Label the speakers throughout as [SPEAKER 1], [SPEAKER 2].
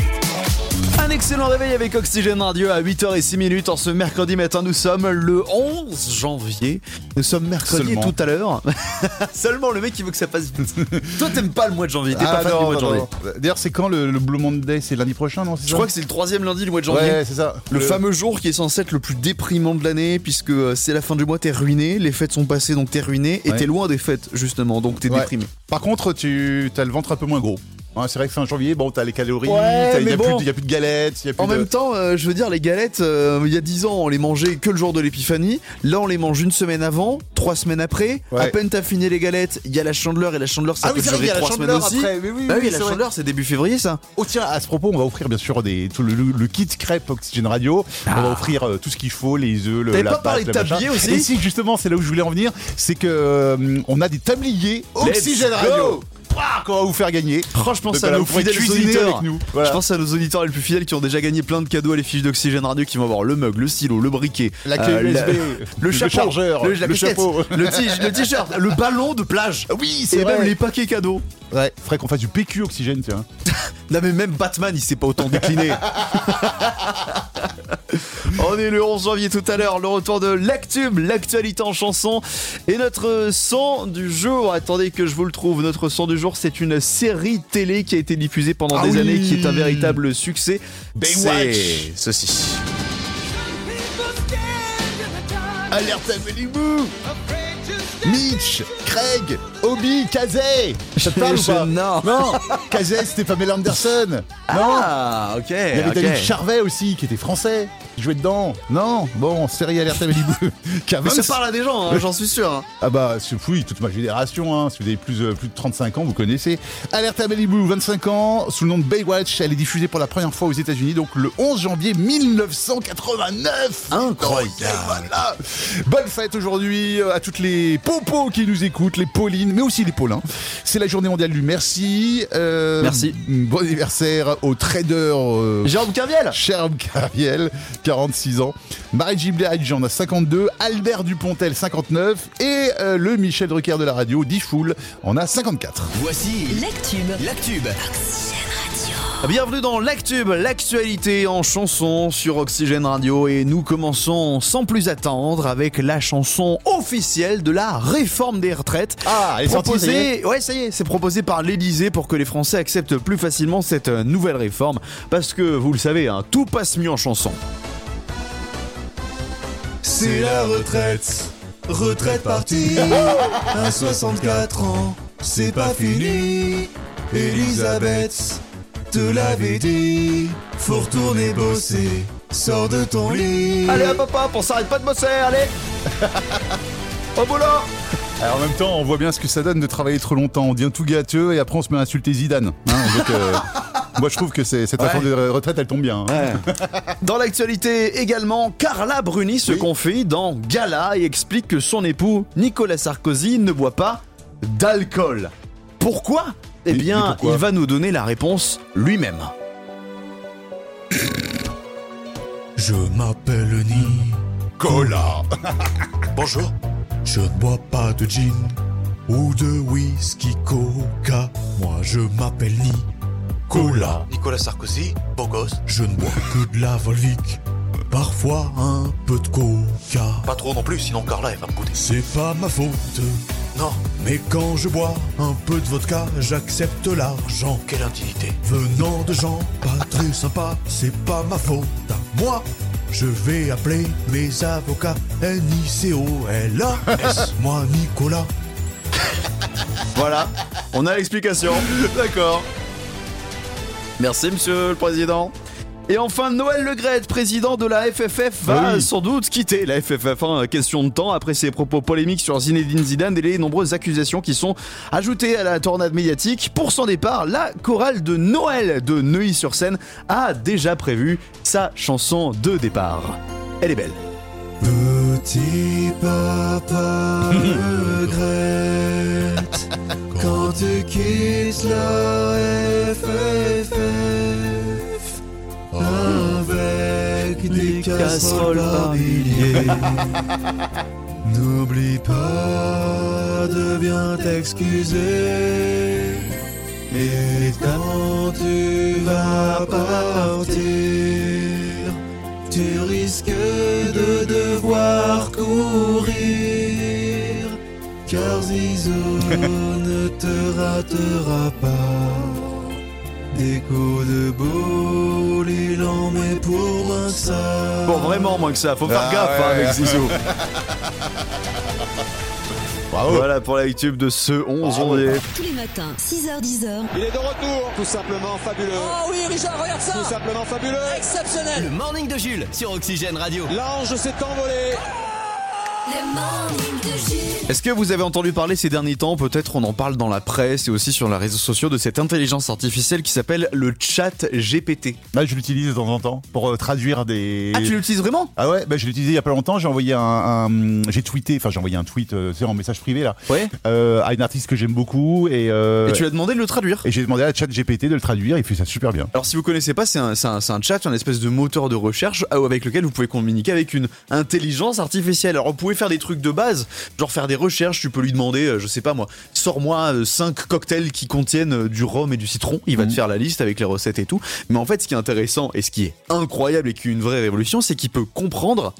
[SPEAKER 1] Un excellent réveil avec Oxygène Radio à 8h06 en ce mercredi matin. Nous sommes le 11 janvier. Nous sommes mercredi
[SPEAKER 2] Seulement.
[SPEAKER 1] tout à l'heure. Seulement le mec qui veut que ça passe vite. Toi, t'aimes pas le mois de janvier. T'es
[SPEAKER 2] Ah,
[SPEAKER 1] pas fan
[SPEAKER 2] non,
[SPEAKER 1] du mois de
[SPEAKER 2] non,
[SPEAKER 1] janvier.
[SPEAKER 2] non. D'ailleurs, c'est quand le, le Blue Monday C'est lundi prochain, non
[SPEAKER 1] Je crois que c'est le troisième lundi du mois de
[SPEAKER 2] c'est ça
[SPEAKER 1] janvier.
[SPEAKER 2] Ouais, c'est ça.
[SPEAKER 1] Le fameux jour qui est censé être le plus déprimant de l'année, puisque euh, c'est la fin du mois, t'es ruiné, les fêtes sont passées, donc t'es ruiné, et
[SPEAKER 2] Ouais.
[SPEAKER 1] t'es loin des fêtes, justement, donc t'es
[SPEAKER 2] Ouais.
[SPEAKER 1] déprimé.
[SPEAKER 2] Par contre, tu as le ventre un peu moins gros. Hein, c'est vrai que fin janvier, bon, t'as les calories,
[SPEAKER 1] Ouais, mais
[SPEAKER 2] il n'y a,
[SPEAKER 1] bon.
[SPEAKER 2] plus de- y a plus de galettes, il n'y a plus
[SPEAKER 1] En
[SPEAKER 2] de.
[SPEAKER 1] même temps, euh, je veux dire, les galettes, euh, il y a 10 ans, on les mangeait que le jour de l'épiphanie. Là, on les mange une semaine avant, trois semaines après.
[SPEAKER 2] Ouais.
[SPEAKER 1] À peine t'as fini les galettes, il y a la chandeleur, et la chandeleur, ça
[SPEAKER 2] ah
[SPEAKER 1] peut
[SPEAKER 2] oui, c'est vrai qu'il
[SPEAKER 1] durer
[SPEAKER 2] y a la
[SPEAKER 1] trois semaines
[SPEAKER 2] chandeleur
[SPEAKER 1] aussi.
[SPEAKER 2] après. Mais Ah oui,
[SPEAKER 1] Bah oui,
[SPEAKER 2] oui,
[SPEAKER 1] la
[SPEAKER 2] c'est vrai.
[SPEAKER 1] chandeleur, c'est début février, ça.
[SPEAKER 2] Oh tiens, à ce propos, on va offrir bien sûr des, tout le, le- le kit crêpe Oxygène Radio. On va offrir euh, tout ce qu'il faut, les œufs, le,
[SPEAKER 1] Ah. T'avais
[SPEAKER 2] la
[SPEAKER 1] pas
[SPEAKER 2] pâte,
[SPEAKER 1] parlé
[SPEAKER 2] le
[SPEAKER 1] de tablier
[SPEAKER 2] machin.
[SPEAKER 1] aussi
[SPEAKER 2] Et si justement, c'est là où je voulais en venir, c'est que euh, on a des tabliers Oxygène
[SPEAKER 1] go
[SPEAKER 2] Radio. Ah, Qu'on va vous faire gagner.
[SPEAKER 1] Oh, je pense
[SPEAKER 2] Donc
[SPEAKER 1] à
[SPEAKER 2] voilà,
[SPEAKER 1] nos
[SPEAKER 2] vous pouvez
[SPEAKER 1] fidèles
[SPEAKER 2] cuisiner
[SPEAKER 1] auditeurs.
[SPEAKER 2] avec nous. Voilà.
[SPEAKER 1] Je pense à nos auditeurs les plus fidèles qui ont déjà gagné plein de cadeaux à les fiches d'Oxygène Radio qui vont avoir le mug, le stylo, le briquet,
[SPEAKER 2] La clé
[SPEAKER 1] euh,
[SPEAKER 2] USB,
[SPEAKER 1] le chapeau,
[SPEAKER 2] chargeur,
[SPEAKER 1] le, la casquette,
[SPEAKER 2] chapeau.
[SPEAKER 1] le t- le t-shirt, le ballon de plage.
[SPEAKER 2] Oui,
[SPEAKER 1] Et même les paquets cadeaux.
[SPEAKER 2] Ouais, faudrait qu'on fasse du PQ Oxygène, tiens.
[SPEAKER 1] Non mais même Batman il s'est pas autant décliné On est le 11 janvier tout à l'heure, le retour de l'actube, l'actualité en chanson et notre son du jour. Attendez que je vous le trouve. Notre son du jour, c'est une série télé qui a été diffusée pendant
[SPEAKER 2] Ah
[SPEAKER 1] des
[SPEAKER 2] oui.
[SPEAKER 1] années, qui est un véritable succès.
[SPEAKER 2] Baywatch.
[SPEAKER 1] C'est ceci.
[SPEAKER 2] Alerte à Malibu Mitch, Craig, Obi, Kazay Ça te parle ou pas
[SPEAKER 1] Non.
[SPEAKER 2] Non Kazay, c'était Pamela Anderson
[SPEAKER 1] Ah, ok.
[SPEAKER 2] Il y avait
[SPEAKER 1] ok.
[SPEAKER 2] David Charvet aussi, qui était français, qui jouait dedans. Non Bon, série Alerte à Malibu. qui a
[SPEAKER 1] Mais ça
[SPEAKER 2] 25
[SPEAKER 1] parle à des gens, hein, j'en suis sûr. hein.
[SPEAKER 2] Ah bah, c'est oui, toute ma génération, hein. si vous avez plus, euh, plus de 35 ans, vous connaissez. Alerte à Malibu, 25 ans, sous le nom de Baywatch, elle est diffusée pour la première fois aux états unis donc le 11 janvier 1989
[SPEAKER 1] Incroyable.
[SPEAKER 2] Et voilà. Bonne fête aujourd'hui euh, à toutes les popos qui nous écoutent, les Paulines, mais aussi les Paulins. C'est la journée mondiale du merci. Euh,
[SPEAKER 1] Merci.
[SPEAKER 2] Bon anniversaire au trader... euh,
[SPEAKER 1] Jérôme Carviel
[SPEAKER 2] Cherb Cariel, 46 ans. Marie Giblage en a 52. Albert Dupontel, 59. Et euh, le Michel Drucker de la radio, Difool, en a 54.
[SPEAKER 3] Voici
[SPEAKER 4] L'actube.
[SPEAKER 3] l'actube.
[SPEAKER 1] Bienvenue dans l'Actube, l'actualité en chanson sur Oxygène Radio et nous commençons sans plus attendre avec la chanson officielle de la réforme des retraites.
[SPEAKER 2] Ah, elle est sortie, ça y est
[SPEAKER 1] proposée, ouais, ça y est, c'est proposé par l'Elysée pour que les Français acceptent plus facilement cette euh, nouvelle réforme parce que vous le savez, hein, tout passe mieux en chanson.
[SPEAKER 5] C'est la retraite, retraite partie, à 64 ans, c'est pas fini. Elisabeth te l'avait dit, faut retourner bosser, sors de ton lit.
[SPEAKER 1] Allez, hop, hop, hop, on s'arrête pas de bosser, allez. Au boulot.
[SPEAKER 2] Alors, en même temps, on voit bien ce que ça donne de travailler trop longtemps. On devient tout gâteux et après, on se met à insulter Zidane. Hein, donc, euh, moi, je trouve que c'est- cette réforme de retraite, elle tombe bien. hein.
[SPEAKER 1] Dans l'actualité également, Carla Bruni se confie dans Gala et explique que son époux, Nicolas Sarkozy, ne boit pas d'alcool. Pourquoi Eh
[SPEAKER 2] Mais- mais
[SPEAKER 1] bien,
[SPEAKER 2] pourquoi
[SPEAKER 1] il va nous donner la réponse lui-même.
[SPEAKER 5] Je m'appelle Nicolas. Bonjour. Je ne bois pas de gin ou de whisky coca. Moi, je m'appelle Nicolas.
[SPEAKER 3] Nicolas Sarkozy, beau gosse,
[SPEAKER 5] Je ne bois que de la Volvic, parfois un peu de coca.
[SPEAKER 3] pas trop non plus, sinon Carla elle va me goûter.
[SPEAKER 5] C'est pas ma faute,
[SPEAKER 3] Non,
[SPEAKER 5] mais quand je bois un peu de vodka, j'accepte l'argent
[SPEAKER 3] quelle indignité.
[SPEAKER 5] venant de gens pas très sympas. C'est pas ma faute à moi. Je vais appeler mes avocats N-I-C-O-L-A-S. Moi, Nicolas,
[SPEAKER 1] Voilà, on a l'explication. D'accord. Merci, monsieur le président. Et enfin, Noël Legrette, président de la FFF, va
[SPEAKER 2] Ah oui.
[SPEAKER 1] sans doute quitter la FFF. hein, question de temps, après ses propos polémiques sur Zinedine Zidane et les nombreuses accusations qui sont ajoutées à la tornade médiatique. Pour son départ, la chorale de Noël de Neuilly-sur-Seine a déjà prévu sa chanson de départ. Elle est belle.
[SPEAKER 5] Petit papa regrette quand tu quittes la FFF avec des casseroles par milliers. N'oublie pas ça devient t'excuser. Et quand tu vas partir, tu risques de devoir courir, car Zizo ne te ratera pas. Des coups de boule, il en met pour moins que ça.
[SPEAKER 1] Bon, vraiment, moins que ça. Faut faire
[SPEAKER 2] Ah
[SPEAKER 1] gaffe hein,
[SPEAKER 2] ouais.
[SPEAKER 1] avec Zizou.
[SPEAKER 2] Bravo.
[SPEAKER 1] Voilà pour la YouTube de ce 11 janvier.
[SPEAKER 4] Tous les matins, 6h10h.
[SPEAKER 6] Il est de retour, tout simplement fabuleux.
[SPEAKER 7] Oh oui, Richard, regarde
[SPEAKER 6] Tout
[SPEAKER 7] ça
[SPEAKER 6] simplement fabuleux.
[SPEAKER 7] Exceptionnel
[SPEAKER 8] Le morning de Jules sur Oxygène Radio.
[SPEAKER 6] L'ange s'est envolé.
[SPEAKER 4] Le morning de Jules.
[SPEAKER 1] Est-ce que vous avez entendu parler ces derniers temps Peut-être on en parle dans la presse et aussi sur les réseaux sociaux de cette intelligence artificielle qui s'appelle le chat GPT.
[SPEAKER 2] Là, Bah, je l'utilise de temps en temps pour euh, traduire des.
[SPEAKER 1] Ah, tu l'utilises vraiment
[SPEAKER 2] Ah ouais, bah, je l'ai utilisé il y a pas longtemps. J'ai envoyé un, un- j'ai tweeté, enfin j'ai envoyé un tweet, euh, tu sais, en message privé là,
[SPEAKER 1] Ouais.
[SPEAKER 2] euh, à une artiste que j'aime beaucoup et, euh,
[SPEAKER 1] Et tu lui as demandé de le traduire
[SPEAKER 2] et j'ai demandé à ChatGPT de le traduire. Il fait ça super bien.
[SPEAKER 1] alors si vous connaissez pas, c'est un, c'est un- c'est un chat, un espèce de moteur de recherche euh, avec lequel vous pouvez communiquer avec une intelligence artificielle. Alors vous pouvez faire des trucs de base, genre faire des recherches, tu peux lui demander, euh, je sais pas moi, sors-moi 5 cocktails qui contiennent euh, du rhum et du citron, il va te faire la liste avec les recettes et tout. Mais en fait ce qui est intéressant et ce qui est incroyable et qui est une vraie révolution, c'est qu'il peut comprendre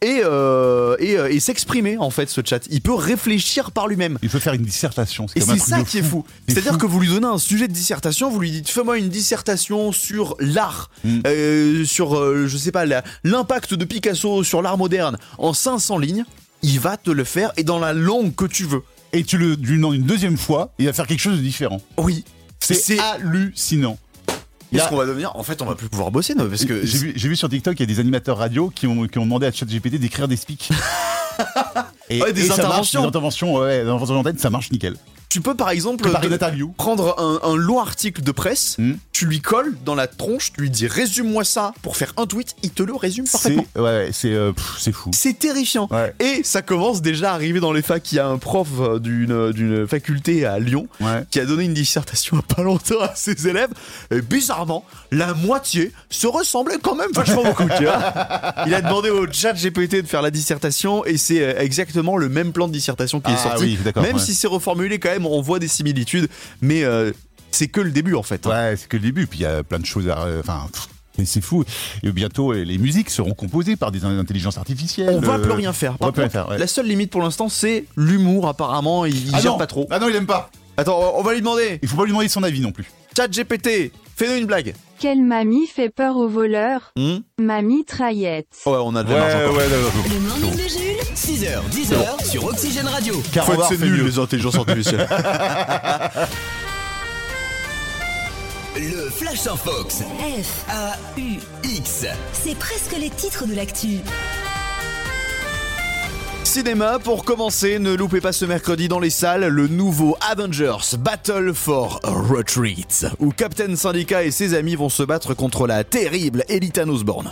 [SPEAKER 1] et, euh, et, euh, et s'exprimer en fait ce chat. Il peut réfléchir par lui-même.
[SPEAKER 2] Il peut faire une dissertation. C'est
[SPEAKER 1] Et
[SPEAKER 2] comme un
[SPEAKER 1] c'est
[SPEAKER 2] truc
[SPEAKER 1] ça
[SPEAKER 2] de
[SPEAKER 1] qui est fou.
[SPEAKER 2] C'est
[SPEAKER 1] C'est-à-dire
[SPEAKER 2] fou.
[SPEAKER 1] que vous lui donnez un sujet de dissertation, vous lui dites fais-moi une dissertation sur l'art,
[SPEAKER 2] Mm.
[SPEAKER 1] euh, sur, euh, je sais pas, la- l'impact de Picasso sur l'art moderne en 500 lignes. Il va te le faire et dans la langue que tu veux.
[SPEAKER 2] Et tu le lui demandes une deuxième fois, il va faire quelque chose de différent.
[SPEAKER 1] Oui.
[SPEAKER 2] C'est
[SPEAKER 1] C'est
[SPEAKER 2] hallucinant. Il y a-
[SPEAKER 1] ce qu'on va devenir. En fait, on va plus pouvoir bosser, non, parce que
[SPEAKER 2] J'ai vu, j'ai vu sur TikTok, il y a des animateurs radio qui ont, qui ont demandé à ChatGPT d'écrire des speaks. et,
[SPEAKER 1] Ouais, des
[SPEAKER 2] ça marche,
[SPEAKER 1] interventions. Euh,
[SPEAKER 2] des interventions, ouais, des interventions en tête, ça marche nickel.
[SPEAKER 1] tu peux par exemple
[SPEAKER 2] Préparer
[SPEAKER 1] te-
[SPEAKER 2] une interview.
[SPEAKER 1] prendre un, un long article de presse,
[SPEAKER 2] Mm.
[SPEAKER 1] tu lui colles dans la tronche, tu lui dis résume-moi ça pour faire un tweet, il te le résume
[SPEAKER 2] C'est
[SPEAKER 1] parfaitement.
[SPEAKER 2] ouais, ouais, c'est euh, pff, c'est fou.
[SPEAKER 1] C'est terrifiant.
[SPEAKER 2] Ouais.
[SPEAKER 1] Et ça commence déjà à arriver dans les facs. Il y a un prof euh, d'une d'une faculté à Lyon
[SPEAKER 2] Ouais.
[SPEAKER 1] qui a donné une dissertation à pas longtemps à ses élèves. Et bizarrement, la moitié se ressemblait quand même vachement beaucoup. tu vois. Il a demandé au chat GPT de faire la dissertation et c'est euh, exactement le même plan de dissertation qui est
[SPEAKER 2] Ah
[SPEAKER 1] sorti.
[SPEAKER 2] oui, d'accord,
[SPEAKER 1] même
[SPEAKER 2] ouais.
[SPEAKER 1] si c'est reformulé quand même, on voit des similitudes. Mais euh, c'est que le début en fait.
[SPEAKER 2] Ouais, c'est que le début. Puis il y a plein de choses à. euh, Enfin, pff, c'est- c'est fou. Et bientôt, euh, les musiques seront composées par des in- intelligences artificielles.
[SPEAKER 1] On va
[SPEAKER 2] Euh,
[SPEAKER 1] plus rien faire.
[SPEAKER 2] On
[SPEAKER 1] Par
[SPEAKER 2] va plus rien
[SPEAKER 1] contre,
[SPEAKER 2] faire. ouais.
[SPEAKER 1] La seule limite pour l'instant, c'est l'humour apparemment. Il, il
[SPEAKER 2] Ah
[SPEAKER 1] gère
[SPEAKER 2] non,
[SPEAKER 1] pas trop.
[SPEAKER 2] Ah non, il aime pas.
[SPEAKER 1] Attends, on va lui demander.
[SPEAKER 2] Il faut pas lui demander son avis non plus.
[SPEAKER 1] Chat GPT, fais-nous une blague.
[SPEAKER 9] Quelle mamie fait peur aux voleurs
[SPEAKER 1] Hmm
[SPEAKER 9] Mamie Traillette.
[SPEAKER 1] ouais, on a de la marge encore.
[SPEAKER 2] non, non, non.
[SPEAKER 4] Le morning de Jules.
[SPEAKER 8] 6h, 10h sur Oxygène Radio.
[SPEAKER 1] Faut être
[SPEAKER 2] Carobar
[SPEAKER 1] c'est
[SPEAKER 2] fait
[SPEAKER 1] nul
[SPEAKER 2] mieux.
[SPEAKER 1] les intelligences artificielles.
[SPEAKER 8] Le Flash en Fox.
[SPEAKER 4] F,
[SPEAKER 8] A-U-X.
[SPEAKER 4] c'est presque les titres de l'actu.
[SPEAKER 1] Cinéma, pour commencer, ne loupez pas ce mercredi dans les salles le nouveau Avengers Battle for Retreat, où Captain Syndicat et ses amis vont se battre contre la terrible Elitan Osborne.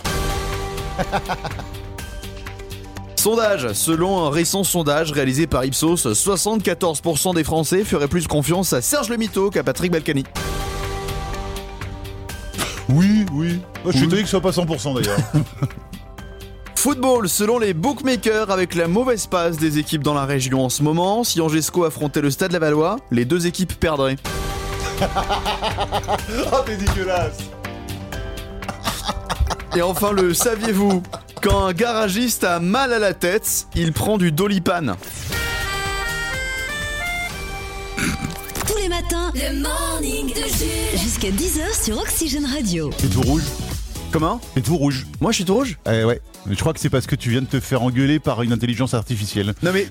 [SPEAKER 1] Sondage. Selon un récent sondage réalisé par Ipsos, 74% des Français feraient plus confiance à Serge Le Mito qu'à Patrick Balkany.
[SPEAKER 2] Oui, oui. je suis
[SPEAKER 1] Oui.
[SPEAKER 2] étonné que ce soit pas 100% d'ailleurs.
[SPEAKER 1] Football, selon les bookmakers, avec la mauvaise passe des équipes dans la région en ce moment, si Angesco affrontait le Stade Lavallois, les deux équipes perdraient.
[SPEAKER 2] oh, t'es dégueulasse.
[SPEAKER 1] Et enfin, le saviez-vous Quand un garagiste a mal à la tête, il prend du Dolipan.
[SPEAKER 4] Tous les matins, le morning de Jules. Jusqu'à 10h sur Oxygène Radio.
[SPEAKER 2] T'es tout rouge.
[SPEAKER 1] Comment
[SPEAKER 2] T'es tout rouge.
[SPEAKER 1] Moi, je suis tout rouge
[SPEAKER 2] Eh ouais. Mais je crois que c'est parce que tu viens de te faire engueuler par une intelligence artificielle.
[SPEAKER 1] Non mais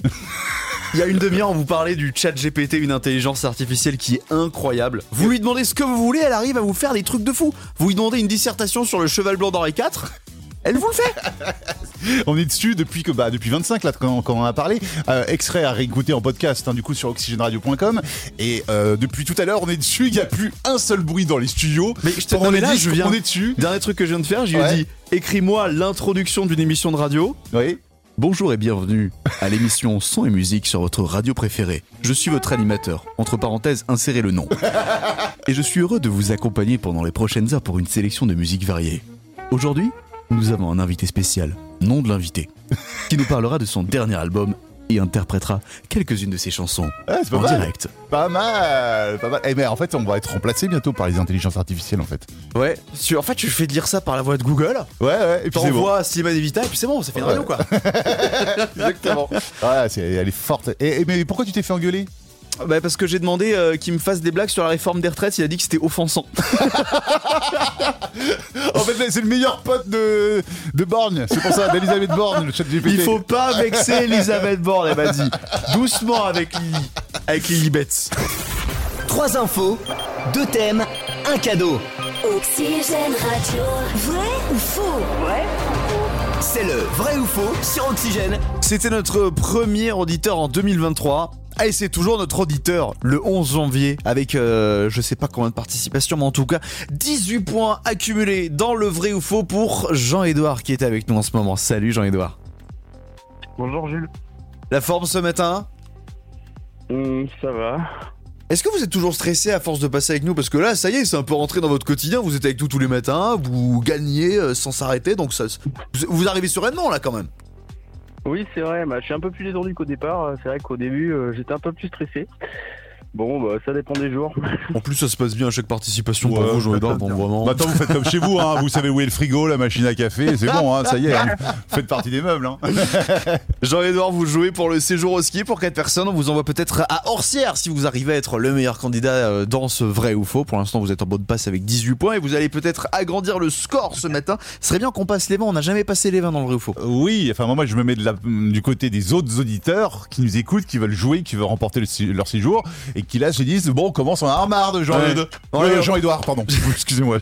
[SPEAKER 1] il y a une demi-heure, on vous parlait du chat GPT, une intelligence artificielle qui est incroyable. Vous lui demandez ce que vous voulez, elle arrive à vous faire des trucs de fou. Vous lui demandez une dissertation sur le cheval blanc d'Henri IV, elle vous le fait.
[SPEAKER 2] On est dessus depuis que bah depuis 25 là quand, quand on en a parlé. Euh, extrait à réécouter en podcast hein, du coup sur oxygenradio.com et euh, depuis tout à l'heure on est dessus. Il n'y a plus un seul bruit dans les studios.
[SPEAKER 1] Mais je te-
[SPEAKER 2] Pendant
[SPEAKER 1] non, mais
[SPEAKER 2] les
[SPEAKER 1] là,
[SPEAKER 2] disques,
[SPEAKER 1] je viens-
[SPEAKER 2] On est dessus.
[SPEAKER 1] Dernier truc que je viens de faire, j'ai
[SPEAKER 2] Ouais.
[SPEAKER 1] dit écris-moi l'introduction d'une émission de radio.
[SPEAKER 2] Oui.
[SPEAKER 1] Bonjour et bienvenue à l'émission Son et musique sur votre radio préférée. Je suis votre animateur. Entre parenthèses, insérez le nom. Et je suis heureux de vous accompagner pendant les prochaines heures pour une sélection de musique variée. Aujourd'hui, nous avons un invité spécial, nom de l'invité, qui nous parlera de son dernier album y interprétera quelques-unes de ses chansons
[SPEAKER 2] Ah, c'est pas
[SPEAKER 1] en
[SPEAKER 2] mal.
[SPEAKER 1] direct.
[SPEAKER 2] Pas mal, pas mal. Eh, mais en fait, on va être remplacé bientôt par les intelligences artificielles, en fait.
[SPEAKER 1] Ouais, tu- en fait, tu fais dire ça par la voix de Google,
[SPEAKER 2] Ouais, ouais. Et puis c'est bon.
[SPEAKER 1] t'envoies Slimane Evita, et puis c'est bon, ça fait une radio quoi.
[SPEAKER 2] Exactement. Ouais, c'est- elle est forte. Et, et- mais pourquoi tu t'es fait engueuler
[SPEAKER 1] Bah, parce que j'ai demandé euh, qu'il me fasse des blagues sur la réforme des retraites, il a dit que c'était offensant.
[SPEAKER 2] En fait, c'est le meilleur pote de, de Borgne. C'est pour ça, d'Elisabeth Borgne, le chat GPT.
[SPEAKER 1] Il faut pas vexer Elisabeth Borne, elle m'a dit. Doucement avec Lily. Avec Lily Betts.
[SPEAKER 8] Trois infos, deux thèmes, un cadeau.
[SPEAKER 4] Oxygène Radio. Vrai ou faux
[SPEAKER 8] C'est le vrai ou faux sur Oxygène.
[SPEAKER 1] C'était notre premier auditeur en 2023. Ah, Et c'est toujours notre auditeur le 11 janvier avec euh, je sais pas combien de participations mais en tout cas 18 points accumulés dans le vrai ou faux pour Jean-Édouard qui est avec nous en ce moment. Salut Jean-Édouard.
[SPEAKER 7] Bonjour Jules.
[SPEAKER 1] La forme ce matin
[SPEAKER 7] Hum, ça va.
[SPEAKER 1] Est-ce que vous êtes toujours stressé à force de passer avec nous Parce que là, ça y est, c'est un peu rentré dans votre quotidien. Vous êtes avec nous tous les matins, vous gagnez euh, sans s'arrêter, donc ça, vous- vous arrivez sereinement là quand même.
[SPEAKER 7] Oui, c'est vrai, bah, je suis un peu plus détendu qu'au départ. C'est vrai qu'au début, euh, j'étais un peu plus stressé. Bon, bah, ça dépend des jours.
[SPEAKER 1] En plus, ça se passe bien à chaque participation
[SPEAKER 2] pour vous,
[SPEAKER 1] Jean-Edouard, vraiment.
[SPEAKER 2] Maintenant, vous faites comme chez vous, hein. vous savez où est le frigo, la machine à café, c'est bon, hein, ça y est, hein. faites partie des meubles. Hein.
[SPEAKER 1] Bah, Jean-Edouard, vous jouez pour le séjour au ski pour 4 personnes. On vous envoie peut-être à Orsières si vous arrivez à être le meilleur candidat euh, dans ce vrai ou faux. Pour l'instant, vous êtes en bonne passe avec 18 points et vous allez peut-être agrandir le score ce matin. Ce serait bien qu'on passe les 20. On n'a jamais passé les 20 dans le vrai ou faux.
[SPEAKER 2] Oui, enfin moi je me mets de la- du côté des autres auditeurs qui nous écoutent, qui veulent jouer, qui veulent remporter le si- leur séjour, et qui là se disent, bon, on commence en armard de jean
[SPEAKER 1] Ouais.
[SPEAKER 2] de-
[SPEAKER 1] Ouais,
[SPEAKER 2] de
[SPEAKER 1] ouais.
[SPEAKER 2] Jean-Édouard, pardon, excusez-moi.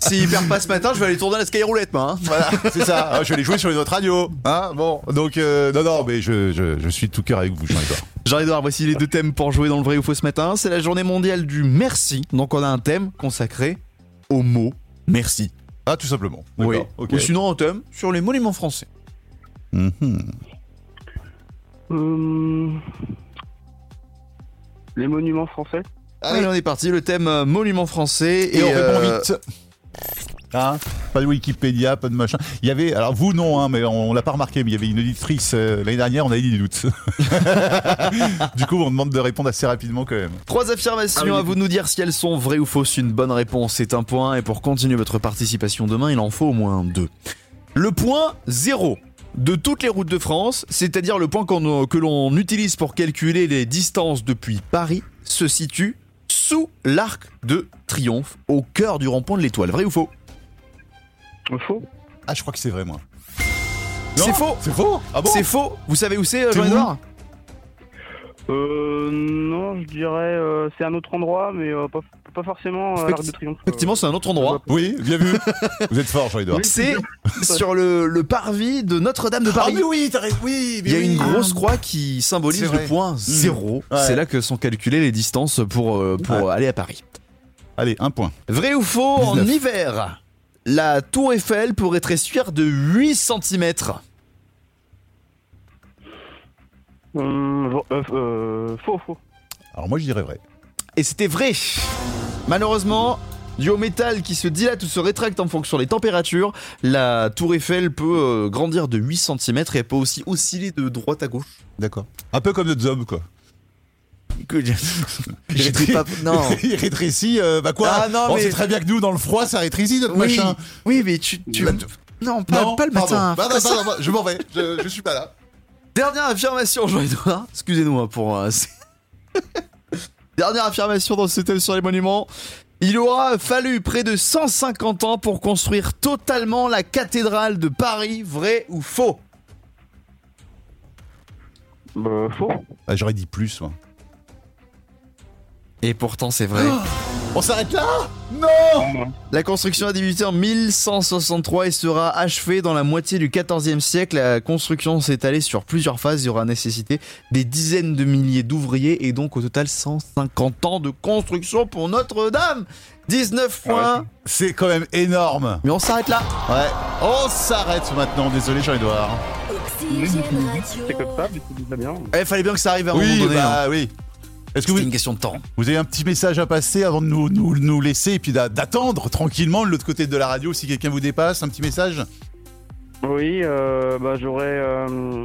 [SPEAKER 1] S'il perd pas ce matin, je vais aller tourner à la skyroulette, moi. hein.
[SPEAKER 2] Voilà, c'est ça, hein, je vais les jouer sur les autres radios. Hein, bon, donc, euh, non, non, mais je, je, je suis de tout cœur avec vous, Jean-Édouard.
[SPEAKER 1] Jean-Edouard, voici les deux thèmes pour jouer dans le vrai ou faux ce matin. C'est la journée mondiale du merci. Donc on a un thème consacré au mot merci.
[SPEAKER 2] Ah, tout simplement.
[SPEAKER 1] Oui.
[SPEAKER 2] D'accord, ok.
[SPEAKER 1] Ou sinon un thème sur les monuments français.
[SPEAKER 2] Mhm.
[SPEAKER 7] Hum, Les monuments français
[SPEAKER 1] Allez, on est parti. Le thème euh, monuments français.
[SPEAKER 2] et, on
[SPEAKER 1] euh,
[SPEAKER 2] répond vite. Hein pas de Wikipédia, pas de machin. Il y avait, alors vous non, hein, mais on, l'a pas remarqué, mais il y avait une auditrice euh, l'année dernière, on a eu des doutes. du coup, on demande de répondre assez rapidement quand même.
[SPEAKER 1] Trois affirmations
[SPEAKER 8] Ah oui.
[SPEAKER 1] à vous de nous dire si elles sont vraies ou fausses. Une bonne réponse est un point. Et pour continuer votre participation demain, il en faut au moins deux. Le point zéro de toutes les routes de France, c'est-à-dire le point qu'on- euh, que l'on utilise pour calculer les distances depuis Paris, se situe sous l'arc de triomphe, au cœur du rond-point de l'étoile. Vrai ou faux
[SPEAKER 7] Faux
[SPEAKER 2] Ah, je crois que c'est vrai, moi.
[SPEAKER 1] C'est
[SPEAKER 2] Non,
[SPEAKER 1] faux
[SPEAKER 2] C'est faux Ah bon
[SPEAKER 1] C'est faux Vous savez où c'est, euh,
[SPEAKER 2] C'est où
[SPEAKER 1] Jean-Edouard
[SPEAKER 7] Euh, non, je dirais euh, c'est un autre endroit, mais euh, pas, pas forcément euh,
[SPEAKER 1] Effect-
[SPEAKER 7] l'Arc de Triomphe. Euh,
[SPEAKER 1] Effectivement, c'est un autre endroit.
[SPEAKER 2] Oui, bien vu. vous êtes fort, Jean-Edouard.
[SPEAKER 7] Oui.
[SPEAKER 1] C'est sur le, le parvis de Notre-Dame de
[SPEAKER 2] Ah,
[SPEAKER 1] Paris.
[SPEAKER 2] mais oui, t'as raison, oui, mais
[SPEAKER 1] Il y a
[SPEAKER 2] oui. Ah.
[SPEAKER 1] une grosse croix qui symbolise
[SPEAKER 2] C'est
[SPEAKER 1] le
[SPEAKER 2] vrai. Mmh.
[SPEAKER 1] point zéro.
[SPEAKER 2] Ouais.
[SPEAKER 1] C'est là que sont calculées les distances pour, euh, pour aller à Paris.
[SPEAKER 2] Allez, un point.
[SPEAKER 1] Vrai ou faux, en
[SPEAKER 2] 19.
[SPEAKER 1] hiver, la tour Eiffel pourrait rétrécir de 8 cm.
[SPEAKER 7] hum, vo- euh, euh, faux, faux.
[SPEAKER 2] Alors moi, je dirais vrai.
[SPEAKER 1] Et c'était vrai. Malheureusement, dû au métal qui se dilate ou se rétracte en fonction des températures, la tour Eiffel peut euh, grandir de 8 cm et elle peut aussi osciller de droite à gauche.
[SPEAKER 2] D'accord. Un peu comme notre zob, quoi.
[SPEAKER 1] J'ai dit pas- non.
[SPEAKER 2] Il rétrécit, euh, bah quoi
[SPEAKER 1] Ah, non,
[SPEAKER 2] On
[SPEAKER 1] mais-
[SPEAKER 2] sait très bien que nous, dans le froid, ça rétrécit notre machin.
[SPEAKER 1] oui, mais tu... tu-
[SPEAKER 2] Bah,
[SPEAKER 1] Non, pas, pas le
[SPEAKER 2] pardon.
[SPEAKER 1] matin.
[SPEAKER 2] Bah, bah, bah, bah, je m'en vais, je, je suis pas là.
[SPEAKER 1] Dernière affirmation, Jean-Edouard. Excusez-nous hein, pour. euh, c'est- Dernière affirmation dans ce thème sur les monuments. Il aura fallu près de 150 ans pour construire totalement la cathédrale de Paris, vrai ou faux
[SPEAKER 7] Bah, faux.
[SPEAKER 2] Bah, J'aurais dit plus, moi.
[SPEAKER 1] Et pourtant, c'est vrai.
[SPEAKER 2] On s'arrête là
[SPEAKER 1] La construction a débuté en 1163 et sera achevée dans la moitié du 14e siècle. La construction s'est étalée sur plusieurs phases. Il y aura nécessité des dizaines de milliers d'ouvriers et donc au total 150 ans de construction pour Notre-Dame. 19 points.
[SPEAKER 2] C'est quand même énorme.
[SPEAKER 1] Mais on s'arrête là.
[SPEAKER 2] Ouais. On s'arrête maintenant, désolé Jean-Edouard.
[SPEAKER 4] Oxygène Radio.
[SPEAKER 7] C'est comme ça, mais c'est déjà bien.
[SPEAKER 1] Eh, fallait bien que ça arrive à un moment donné. hein.
[SPEAKER 2] bah oui. Est-ce
[SPEAKER 1] C'était
[SPEAKER 2] que vous,
[SPEAKER 1] une question de temps.
[SPEAKER 2] vous avez un petit message à passer avant de nous, nous, nous laisser et puis d'a- d'attendre tranquillement de l'autre côté de la radio si quelqu'un vous dépasse Un petit message
[SPEAKER 7] Oui, euh, bah, j'aurais. euh,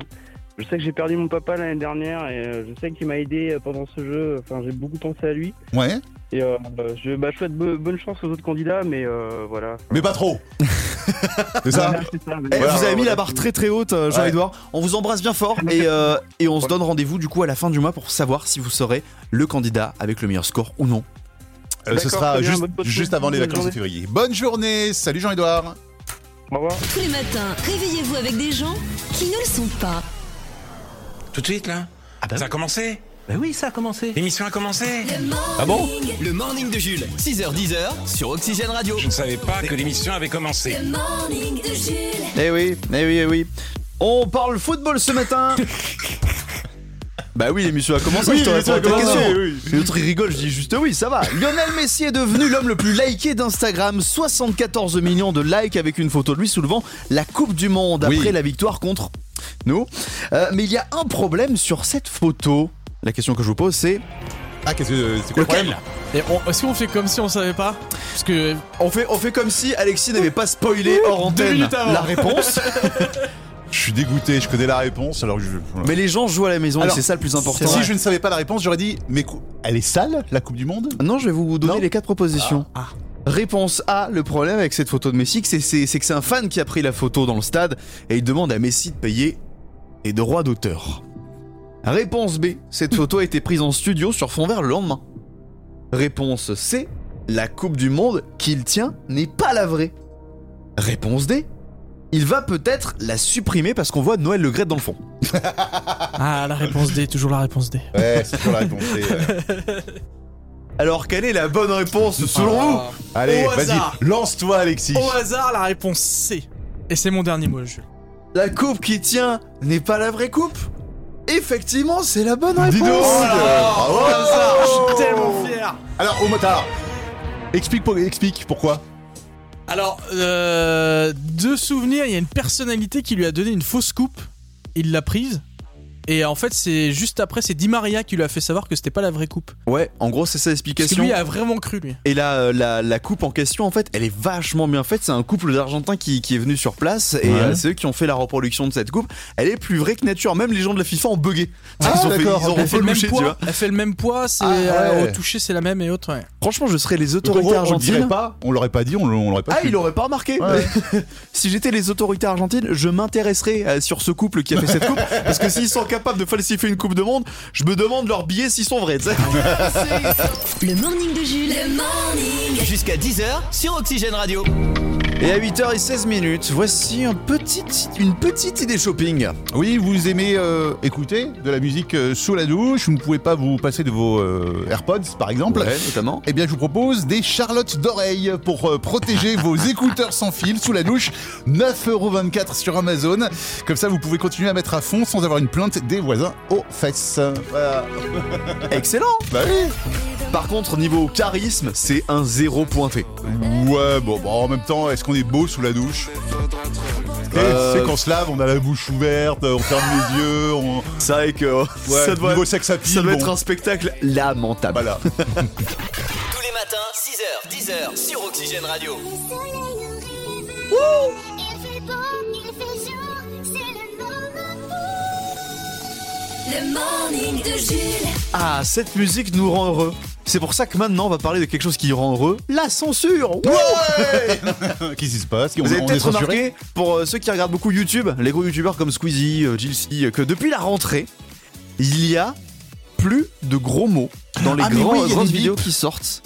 [SPEAKER 7] Je sais que j'ai perdu mon papa l'année dernière et euh, je sais qu'il m'a aidé euh, pendant ce jeu. Enfin, j'ai beaucoup pensé à lui.
[SPEAKER 2] Ouais.
[SPEAKER 7] Et euh, bah, je, bah, je souhaite bo- bonne chance aux autres candidats, mais euh, voilà.
[SPEAKER 2] Mais pas trop. C'est ça
[SPEAKER 7] Voilà, c'est ça, mais
[SPEAKER 1] Eh,
[SPEAKER 7] voilà,
[SPEAKER 1] vous avez mis
[SPEAKER 7] voilà,
[SPEAKER 1] la barre très très haute, euh, Jean-Edouard. On vous embrasse bien fort et, euh, et on se donne rendez-vous du coup à la fin du mois pour savoir si vous serez le candidat avec le meilleur score ou non.
[SPEAKER 2] Euh, Ce
[SPEAKER 7] D'accord,
[SPEAKER 2] sera
[SPEAKER 7] très bien,
[SPEAKER 2] juste,
[SPEAKER 7] bonne- bonne-
[SPEAKER 2] juste avant les
[SPEAKER 7] bonne
[SPEAKER 2] vacances de
[SPEAKER 7] journée.
[SPEAKER 2] février. Bonne journée. Salut Jean-Edouard.
[SPEAKER 7] Au revoir.
[SPEAKER 4] Tous les matins, réveillez-vous avec des gens qui ne le sont pas.
[SPEAKER 10] Tout de suite là Ah, Ça a commencé
[SPEAKER 8] Bah oui, ça a commencé.
[SPEAKER 10] L'émission a commencé
[SPEAKER 4] Le morning.
[SPEAKER 8] Le morning de Jules, 6h10 sur Oxygène Radio.
[SPEAKER 10] Je ne savais pas que l'émission avait commencé.
[SPEAKER 4] Le morning de Jules.
[SPEAKER 1] Eh oui, eh oui, eh oui. On parle football ce matin. Bah oui, l'émission a commencé, je te réponds à ta question. L'autre il rigole, je dis juste oui, ça va. Lionel Messi est devenu l'homme le plus liké d'Instagram, 74 millions de likes avec une photo de lui soulevant la Coupe du Monde après
[SPEAKER 2] Oui.
[SPEAKER 1] la victoire contre nous. Euh, mais il y a un problème sur cette photo. La question que je vous pose, c'est
[SPEAKER 2] Ah, qu'est-ce que c'est quoi le problème
[SPEAKER 11] Et on- est-ce qu'on fait comme si on savait pas Parce que
[SPEAKER 1] on fait, on fait comme si Alexis n'avait pas spoilé hors
[SPEAKER 11] deux
[SPEAKER 1] antenne
[SPEAKER 11] minutes avant.
[SPEAKER 1] la réponse,
[SPEAKER 2] Je suis dégoûté. Je connais la réponse. Alors, je.
[SPEAKER 1] mais les gens jouent à la maison et
[SPEAKER 2] Alors,
[SPEAKER 1] c'est ça le plus important.
[SPEAKER 2] si je ne savais pas la réponse, j'aurais dit Mais cou- elle est sale, la Coupe du Monde
[SPEAKER 1] Non, je vais vous donner
[SPEAKER 2] Non
[SPEAKER 1] les quatre propositions. Réponse A, le problème avec cette photo de Messi, que c'est c'est- c'est que c'est un fan qui a pris la photo dans le stade et il demande à Messi de payer des droits d'auteur. Réponse B, cette photo a été prise en studio sur fond vert le lendemain. Réponse C, la Coupe du Monde qu'il tient n'est pas la vraie. Réponse D, il va peut-être la supprimer parce qu'on voit Noël Le Graët dans le fond.
[SPEAKER 11] ah la réponse D, toujours la réponse D.
[SPEAKER 2] Ouais, c'est toujours la réponse. c'est, euh,
[SPEAKER 1] Alors quelle est la bonne réponse
[SPEAKER 5] Ah.
[SPEAKER 1] selon vous
[SPEAKER 2] Allez,
[SPEAKER 11] Au
[SPEAKER 2] vas-y,
[SPEAKER 11] hasard.
[SPEAKER 2] lance-toi, Alexis.
[SPEAKER 11] Ah. Au hasard la réponse C. Et c'est mon dernier mot, Jules.
[SPEAKER 1] La coupe qui tient n'est pas la vraie coupe Effectivement, c'est la bonne réponse
[SPEAKER 2] Dis donc
[SPEAKER 8] Oh
[SPEAKER 2] Bravo
[SPEAKER 11] Je suis tellement fier.
[SPEAKER 2] Alors, au motard, explique, pour- explique pourquoi.
[SPEAKER 11] Alors, euh, de souvenir, il y a une personnalité qui lui a donné une fausse coupe. Il l'a prise. Et en fait, c'est juste après, c'est Di Maria qui lui a fait savoir que c'était pas la vraie coupe.
[SPEAKER 1] Ouais, en gros, c'est sa
[SPEAKER 11] Parce que
[SPEAKER 1] explication.
[SPEAKER 11] lui a vraiment cru, lui.
[SPEAKER 1] Et là, euh, la, la coupe en question, en fait, elle est vachement bien faite. C'est un couple d'Argentins qui, qui est venu sur place et
[SPEAKER 2] Ouais.
[SPEAKER 1] euh, c'est eux qui ont fait la reproduction de cette coupe. Elle est plus vraie que nature. Même les gens de la FIFA ont bugué.
[SPEAKER 2] Ah,
[SPEAKER 1] ils ont fait-
[SPEAKER 2] d'accord.
[SPEAKER 1] ils ont
[SPEAKER 2] Elle
[SPEAKER 11] Elle fait,
[SPEAKER 1] fait
[SPEAKER 11] le même
[SPEAKER 1] loucher, tu vois.
[SPEAKER 11] poids, elle fait le même poids, c'est
[SPEAKER 2] Ah,
[SPEAKER 11] euh,
[SPEAKER 2] ouais.
[SPEAKER 11] retouché, c'est la même et autres. Ouais.
[SPEAKER 1] Franchement, je serais les
[SPEAKER 2] En gros,
[SPEAKER 1] autorités
[SPEAKER 2] on le dirait
[SPEAKER 1] argentines.
[SPEAKER 2] pas, on l'aurait pas dit, on le- on l'aurait pas
[SPEAKER 1] Ah,
[SPEAKER 2] su.
[SPEAKER 1] il aurait pas remarqué.
[SPEAKER 2] Ouais.
[SPEAKER 1] si j'étais les autorités argentines, je m'intéresserais euh, sur ce couple qui a fait cette coupe. parce que s'ils sont capables de falsifier une coupe de monde, je me demande leurs billets s'ils sont vrais. tu sais.
[SPEAKER 4] Le morning de Jules. Le morning.
[SPEAKER 8] Jusqu'à 10h sur Oxygène Radio.
[SPEAKER 1] Et à 8h16 minutes, voici un petit, une petite idée shopping.
[SPEAKER 2] Oui, vous aimez euh, écouter de la musique euh, sous la douche, vous ne pouvez pas vous passer de vos euh, AirPods par exemple.
[SPEAKER 1] Ouais, notamment.
[SPEAKER 2] Eh bien, je vous propose des charlottes d'oreilles pour euh, protéger vos écouteurs sans fil sous la douche. 9,24€ sur Amazon. Comme ça, vous pouvez continuer à mettre à fond sans avoir une plainte des voisins aux fesses. Voilà.
[SPEAKER 1] Excellent
[SPEAKER 2] Bah oui
[SPEAKER 1] Par contre, niveau charisme, c'est un zéro pointé.
[SPEAKER 2] Ouais, bon, bon, en même temps, est-ce qu'on est beau sous la douche Eh,
[SPEAKER 1] Euh,
[SPEAKER 2] C'est qu'on se lave, on a la bouche ouverte, on ferme les yeux, on...
[SPEAKER 1] C'est vrai que euh,
[SPEAKER 2] Ouais,
[SPEAKER 1] ça doit,
[SPEAKER 2] niveau sex appeal,
[SPEAKER 1] ça doit
[SPEAKER 2] bon.
[SPEAKER 1] être un spectacle lamentable.
[SPEAKER 2] Voilà.
[SPEAKER 8] Tous les matins, 6h, 10h sur Oxygène Radio.
[SPEAKER 4] Le morning de Jules.
[SPEAKER 1] Ah, cette musique nous rend heureux. C'est pour ça que maintenant, on va parler de quelque chose qui rend heureux la censure. Wouh
[SPEAKER 2] Qu'est-ce qui se passe
[SPEAKER 1] Vous
[SPEAKER 2] On-
[SPEAKER 1] avez
[SPEAKER 2] on est
[SPEAKER 1] peut-être
[SPEAKER 2] censuré
[SPEAKER 1] remarqué, pour euh, ceux qui regardent beaucoup YouTube, les gros YouTubeurs comme Squeezie, euh, Jill C, euh, que depuis la rentrée, il y a plus de gros mots dans les
[SPEAKER 2] Ah, mais
[SPEAKER 1] grands-
[SPEAKER 2] oui, il y a des
[SPEAKER 1] grandes vidéos
[SPEAKER 2] bips.
[SPEAKER 1] qui sortent.